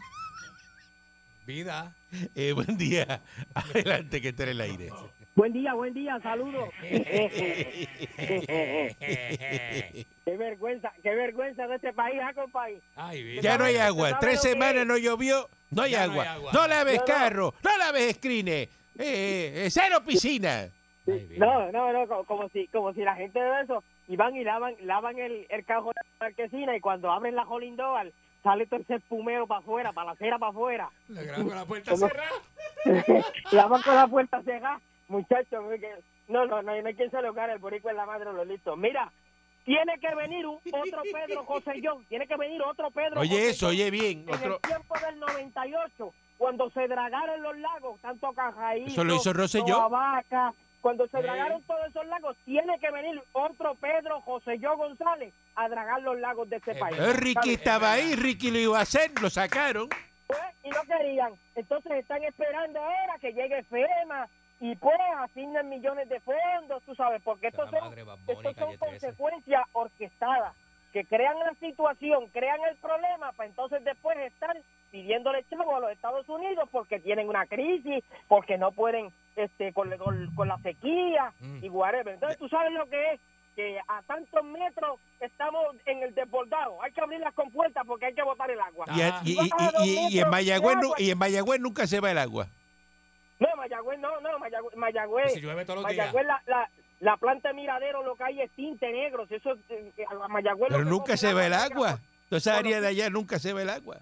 Vida.
Eh, buen día [laughs] adelante que está en el
[laughs]
aire.
[laughs] Buen día, buen día,
[laughs]
saludos. qué vergüenza, qué vergüenza de este país, ah, compadre.
Ya no hay agua.
¿Tú
Tres
sabes lo que es?
semanas no llovió, no hay,
Ya no
agua.
hay
no
agua.
laves
No, no.
carro, no laves screenes, eh, eh, cero piscina.
No, no, no, co- como si, como si la gente de eso iban y lavan, lavan el, el cajón de la marquesina y cuando abren la Holling Door sale todo ese espumeo para afuera, para la acera para afuera.
Le grabo con la puerta
¿Cómo?
cerrada.
lavan con [laughs] la puerta cerrada, muchachos, porque- no, no, no, no hay quien se lo gane, el boricua es la madre de los listos. Mira, tiene que venir un, otro Pedro José John, tiene que venir otro Pedro
Oye
José
eso,
John.
oye bien.
En
Otro,
el tiempo del 98, cuando se dragaron los lagos, tanto Cajaíto,
Eso lo hizo Eh. Rosselló.
Toabaca, cuando se
Sí.
dragaron todos esos lagos, tiene que venir otro Pedro José Yo González a dragar los lagos de este país.
Eh, Ricky estaba ahí, Ricky lo iba a hacer, lo sacaron.
¿Sabes? Y no querían. Entonces están esperando ahora que llegue FEMA y pues asignan millones de fondos, tú sabes, porque estos son, estos son consecuencias orquestadas que crean la situación, crean el problema para entonces después estar pidiéndole chavo a los Estados Unidos porque tienen una crisis, porque no pueden este con, con- con la sequía
Mm.
y whatever. Entonces tú sabes lo que es que a tantos metros estamos en el desbordado. Hay que abrir las compuertas porque hay que botar el agua.
Y, a- y-
Tú vas a dos
y- y- y en
metros
Mayagüez,
de
nu-
agua-
y en Mayagüez nunca se va el agua.
no, Mayagüez no, no, Mayagüez. Mayagüez,
Si llueve todos los
Mayagüez, La, la, la planta de Miradero lo que hay es tinte negro. si Eso, eh, eh, a Mayagüez lo
Pero
que
nunca
coge
se
la
va el
negra,
agua. Entonces esa área de allá nunca se va el agua.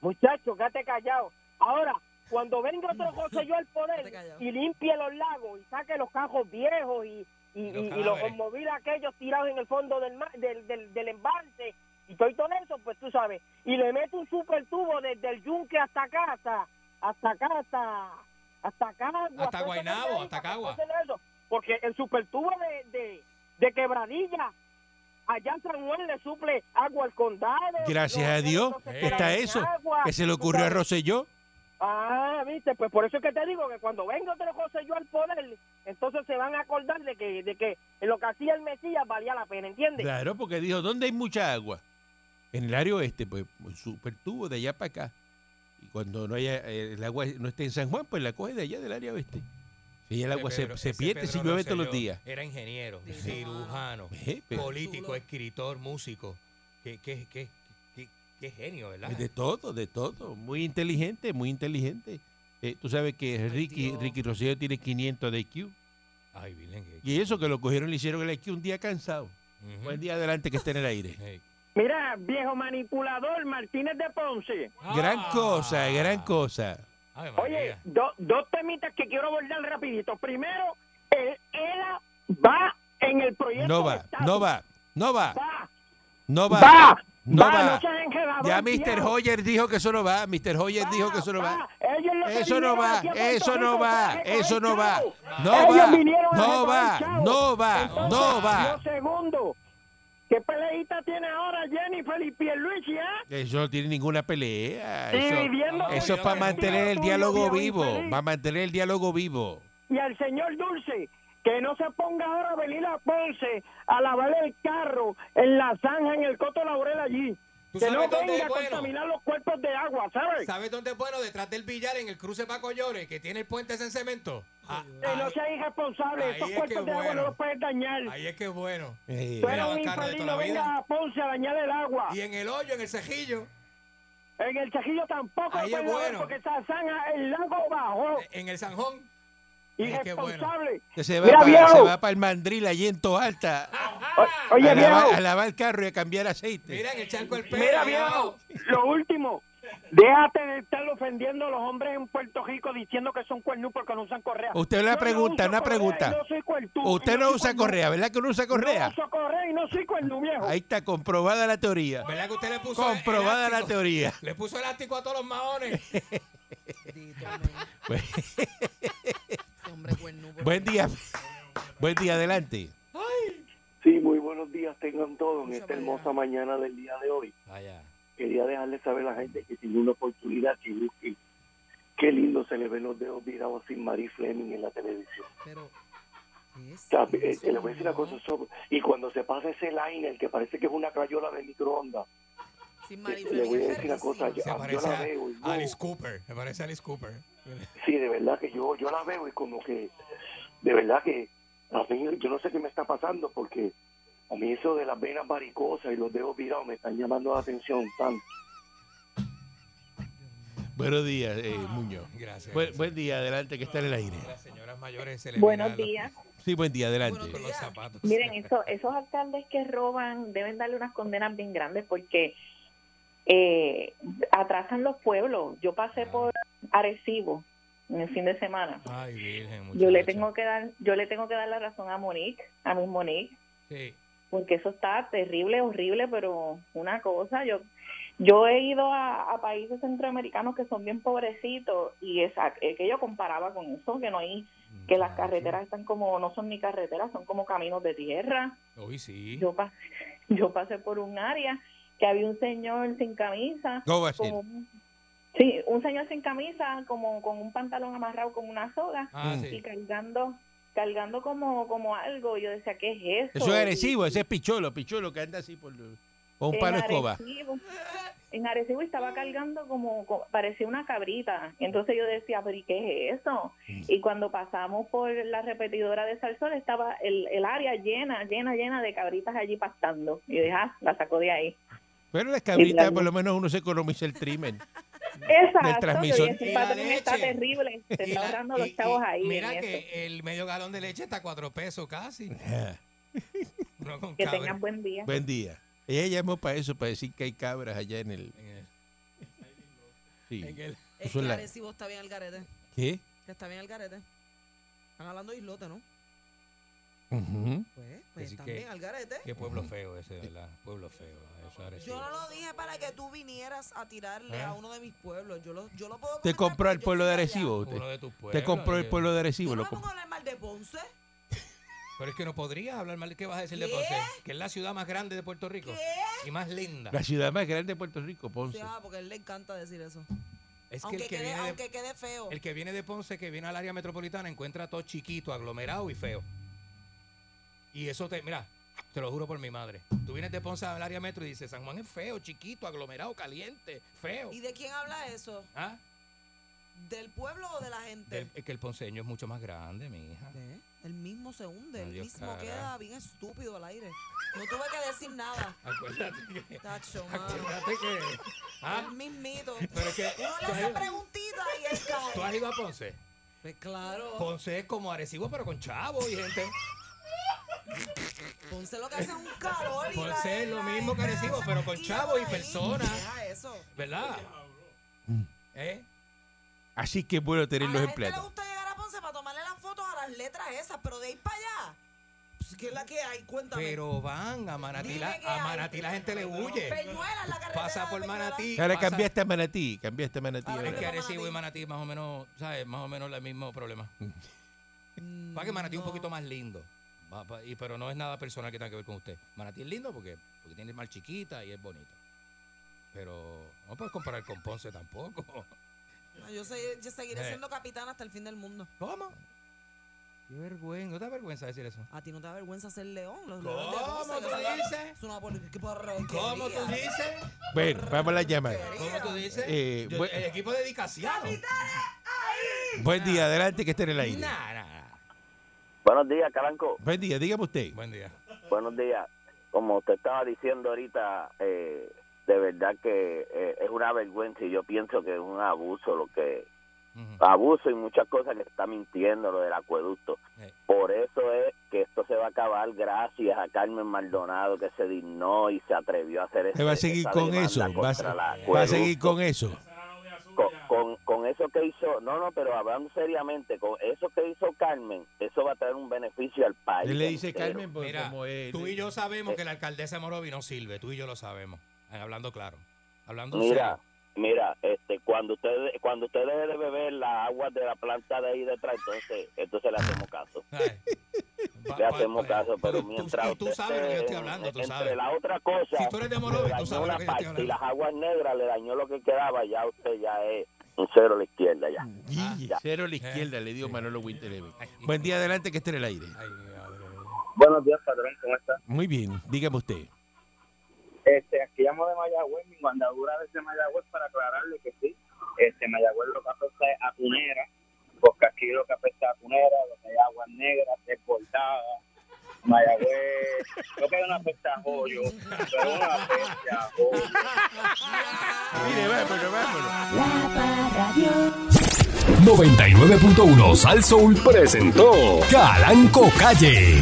Muchachos, quédate callado. Ahora, cuando venga otro José yo al poder y limpie los lagos y saque los cajos viejos y, y, y- y los,
cadáveres.
conmovibles aquellos tirados en el fondo del, mar- del, del, del embalse y todo todo eso, pues tú sabes, y le mete un super tubo desde el yunque hasta casa, hasta casa, hasta Cagua,
Hasta
todo eso
Guaynabo,
que hay,
hasta
para
Cagua.
hacer eso. Porque el super tubo de, de, de Quebradilla, allá en San Juan le suple agua al condado.
Gracias a Dios que está eso, que se le ocurrió a Rosselló.
Ah, viste, pues por eso es que te digo que cuando venga otro José yo al poder, entonces se van a acordar de que, de que lo que hacía el Mesías valía la pena, ¿entiendes?
Claro, porque dijo, ¿dónde hay mucha agua? En el área oeste, pues super tubo de allá para acá. Y cuando no haya, eh, el agua no esté en San Juan, pues la coge de allá del área oeste. Si el
Ese
agua se-
Pedro-
se,
ese
pierde,
Pedro
si llueve todos
Rosselló
los días.
Era ingeniero, cirujano,
Eh, pero-
político, escritor, músico. Qué, qué, qué, qué- qué genio, ¿verdad?
De todo, de todo. Muy inteligente, muy inteligente. Eh, tú sabes que Ricky, Ricky Rosselló tiene 500 de IQ.
Ay, Virgen, qué-
Y eso que lo cogieron y le hicieron el IQ un día cansado. Buen día adelante que esté en el aire.
Ah, Mira, viejo manipulador Martínez de Ponce.
Gran cosa, gran cosa.
Oye, do- dos temitas que quiero abordar rapidito. Primero, el ELA va en el proyecto.
No
de
va,
estatus.
no va, no va.
Va.
No va.
Va,
no
va,
va.
Ah, no seas enredador,
Ya Mr.
Santiago.
Hoyer dijo que eso no va. Mr. Hoyer dijo que eso no va.
Ellos lo que
Eso no
vinieron
va,
aquí a Puerto
eso no
Rico
va,
fue a recoger
eso no va.
chavo.
No
Ellos
va,
vinieron a
no va,
recoger chavo.
no va,
Entonces,
no va.
Lo segundo, ¿qué peleita tiene ahora Jennifer y Pierluigi, ah?
Eso no tiene ninguna pelea.
Sí,
Eso,
viviendo-
eso es para mantener el diálogo vivo. Para mantener el diálogo vivo.
y al señor Dulce que no se ponga ahora a venir a Ponce a lavar el carro en la zanja, en el Coto Laurel allí.
¿Tú
Que
sabes
no
dónde
venga
es
a
bueno?
contaminar los cuerpos de agua, ¿sabes?
¿Sabes dónde es bueno? Detrás del billar, en el cruce Paco Llore, que tiene el puente ese en cemento. Ah,
Que no seas irresponsable,
ahí
esos
es que
cuerpos de agua
bueno.
no los puedes dañar.
ahí es que es bueno.
Tú eres
Era bancarro
un
de
infeliz,
toda
no
la vida.
vengas a Ponce a dañar el agua.
Y en el hoyo, en el cejillo,
En el Chajillo tampoco
Ahí
lo
es
puedes lavar
bueno. E-,
porque esa zanja, el lago bajó.
en el zanjón. es que bueno.
Irresponsable.
Que se va
Mira,
para,
viejo.
el mandril allí en Toalta.
Oye,
a, lavar,
viejo.
a lavar el carro y a cambiar aceite.
Mira, en el charco el pelo.
Mira,
ahí
viejo,
abajo.
lo último. Déjate de estar ofendiendo a los hombres en Puerto Rico diciendo que son cuernú porque no usan correa.
Usted una
Yo no
pregunta,
uso
una
correa y
pregunta.
no soy cuernú, y
Usted no
soy
usa
cuernú.
correa, ¿verdad que no usa correa?
No uso correa y no soy cuernú, viejo.
Ahí está comprobada la teoría.
¿Verdad que usted le puso
Comprobada la
elástico?
teoría.
Le puso elástico a todos
[laughs]
los maones.
Buen día. Buen día, adelante.
Sí, muy buenos días tengan todos en esta hermosa mañana del día de hoy. Quería dejarles saber a la gente que tiene una oportunidad que busquen. Qué lindo se le ven los dedos virados sin Marie Fleming en la televisión.
Pero,
¿Sabe? Eh, eh, le voy a decir una cosa, eso- y cuando se pasa ese liner que parece que es una crayola de microondas,
sin
le voy a decir una cosa, yo,
Se
yo
parece
la
a
veo y yo-
[laughs] Alice Cooper. Me parece a Alice Cooper.
sí, de verdad que yo, yo la veo y como que, de verdad que a mí, yo no sé qué me está pasando porque a mí eso de las venas varicosas y los dedos virados me están llamando la atención tanto.
Buenos días, eh, Muñoz.
Ah, Gracias,
Buen, buen día, adelante, que está en el aire.
Las señoras mayores se le
Buenos
miran los-
días.
Sí, buen día, adelante.
con los [laughs] zapatos.
Miren, eso, esos alcaldes que roban deben darle unas condenas bien grandes porque eh, atrasan los pueblos. Yo
Ah.
pasé por Arecibo en el fin de semana.
Ay, virgen,
Yo le
muchacha.
tengo que dar, yo le tengo que dar la razón a Monique, a mi Monique,
Sí.
porque eso está terrible, horrible, pero una cosa, yo yo he ido a, a países centroamericanos que son bien pobrecitos y es a- eh, que yo comparaba con eso, que no hay, que
Ah,
las carreteras están como, no son ni carreteras, son como caminos de tierra.
Hoy sí.
Yo pasé, [laughs] yo pasé por un área que había un señor sin camisa.
No va a ser.
con un- sí, un señor sin camisa, como con un pantalón amarrado con una soga
Ah, sí.
y cargando cargando como como algo. Yo decía, ¿qué es eso?
Eso es agresivo, ese es Picholo, Picholo que anda así por lo- con un
En
palo escoba.
Arecibo- En Arecibo estaba cargando como, co- parecía una cabrita. Entonces yo decía, pero ¿y qué es eso?
Mm.
Y cuando pasamos por la repetidora de Salsol estaba el, el área llena, llena, llena de cabritas allí pastando. Y yo dije, ah, la sacó de ahí.
Pero las cabritas, por lo menos uno se economiza el trimen. Del
Exacto, yo
transmisor.
decía,
Y
el
la
patrón está
leche.
terrible, se
Y la-
está ahorrando los
y-
chavos
y
ahí. eh,
Mira
en
que
eso.
el medio galón de leche está a cuatro pesos casi. Uno con
Que
cabra.
tengan buen día.
Buen día. Ella llamó para eso, para decir que hay cabras allá en el. Sí.
Es
Eso es
que
la-
Arecibo está bien al garete.
¿Qué?
Que está bien al garete. Están hablando de islota, ¿no?
Ujú.
Pues,
Así
pues
que-
también al garete.
Qué pueblo feo ese, ¿verdad? Pueblo feo. Eso Arecibo.
Yo no lo dije para que tú vinieras a tirarle
Ah.
a uno de mis pueblos. Yo lo, yo lo puedo
¿Eh? ¿Te compró el pueblo de Arecibo?
Uno
Usted,
de tus
¿Te compró el
pueblos, eh.
pueblo de Arecibo?
Yo no
Lo
me
comp-
pongo a hablar mal de Ponce.
Pero es que no podrías hablar mal. ¿Qué vas a decir de
¿Qué?
Ponce? Que es la ciudad más grande de Puerto Rico. Y más linda.
la ciudad más grande de Puerto Rico, Ponce.
Sí, ah, porque a él le encanta decir eso.
Es que
aunque,
el que
quede,
viene de-
aunque quede feo.
El que viene de Ponce, que viene al área metropolitana, encuentra todo chiquito, aglomerado y feo. Y eso te, mira, te lo juro por mi madre. Tú vienes de Ponce al área metro y dices, San Juan es feo, chiquito, aglomerado, caliente, feo.
¿Y de quién habla eso?
¿Ah?
¿Del pueblo o de la gente?
Del- es que el ponceño es mucho más grande, mi hija.
El mismo se hunde, el
Adiós,
mismo
cara.
queda bien estúpido al aire. No tuve que decir nada.
Acuérdate que...
Tacho, mano.
Acuérdate que... ¿Ah?
El mismito.
Pero es que...
Uno le
tú has
hace
ido-
preguntitas y él
¿Tú
cae.
has ido a Ponce?
Pues claro.
Ponce es como Arecibo, pero con chavo
[laughs]
y gente.
Ponce lo que hace es un calor y la-
Ponce es lo
la-
mismo que Arecibo, pero con
y
chavo y
ahora
Mm.
ahí,
personas.
deja eso.
¿Verdad? ¿Eh?
Así que es bueno tenerlos en plato.
las letras esas, pero de ahí para allá. Pues, ¿Qué es la que hay? Cuéntame.
Pero van a Manatí, la,
Dime qué
a
hay.
Manatí la gente le huye.
Peñuelas, la carretera
Pasa
de
por Manatí.
Ahora
pasa-
cambiaste a este Manatí, cambiaste a
Ah,
Manatí.
Es
ahora.
que Arecibo y Manatí más o menos, ¿sabes? Más o menos el mismo problema.
Mm.
Para que Manatí es un poquito más lindo. Va- va- y- pero no es nada personal que tenga que ver con usted. Manatí es lindo porque, porque tiene el mar chiquita y es bonito. Pero no puedes comparar con Ponce
[laughs]
tampoco.
No, yo, sé- yo seguiré
Eh.
siendo capitán hasta el fin del mundo.
¿Cómo? Qué vergüenza. ¿No te da vergüenza decir eso?
A ti no te da vergüenza ser león. Los
¿Cómo
leones de Ponce,
tú
que son-
dices?
Es una por- qué porquería.
¿Cómo tú dices?
Bueno, vamos a la llamada.
¿Cómo tú dices?
Eh,
Yo-
bu-
el equipo de Dicasiano.
Buen día, adelante que esté Este en el aire.
Nah, nah, nah.
Buenos días, Calanco.
Buen día, dígame usted.
Buen día.
Buenos días. Como te estaba diciendo ahorita, eh, de verdad que eh, es una vergüenza y yo pienso que es un abuso lo que abuso y muchas cosas que se está mintiendo lo del acueducto. Por eso es que esto se va a acabar gracias a Carmen Maldonado que se dignó y se atrevió a hacer
Se va a
ese-
seguir
esa
con
demanda
eso, va a,
contra el
va a
acueducto
seguir con eso.
con, con, con eso que hizo, no, no, pero hablando seriamente, con eso que hizo Carmen, eso va a traer un beneficio al país.
Él le dice
entero.
Carmen porque
Mira,
como él.
tú y yo
Eh.
sabemos que la alcaldesa de Morovi no sirve. Tú y yo lo sabemos. Eh, Hablando claro. Hablando
Mira,
serio.
mira, este, cuando ustedes cuando usted deje de beber la agua de la planta de ahí detrás, entonces, entonces le hacemos
[laughs]
caso. le hacemos caso, pero mientras
tú
usted
sabes lo que yo
esté
estoy hablando, tú
entre
sabes.
la otra cosa,
Si tú eres de Morovis,
le
tú
dañó
sabes lo
la
que yo estoy
parte y
hablando.
las aguas negras le dañó lo que quedaba, ya usted ya es un cero a la izquierda ya.
Guille, Ah, cero
Eh.
a la izquierda, le dio Manolo Wintereve. Buen día, adelante que esté en el aire.
Buenos días, patrón, ¿cómo está?
Muy bien, dígame usted.
Este, aquí llamo de Mayagüez, mi mandadura desde Mayagüez para aclararle que sí, este, Mayagüez lo que afecta es a Cunera, porque aquí lo que afecta a Cunera, lo que hay aguas negras, desbordadas, Mayagüez, lo que hay una afecta a Joyo, pero una afecta a Joyo.
Mire, vámonos,
vámonos. 99.1 Sal Soul presentó Calanco Calle.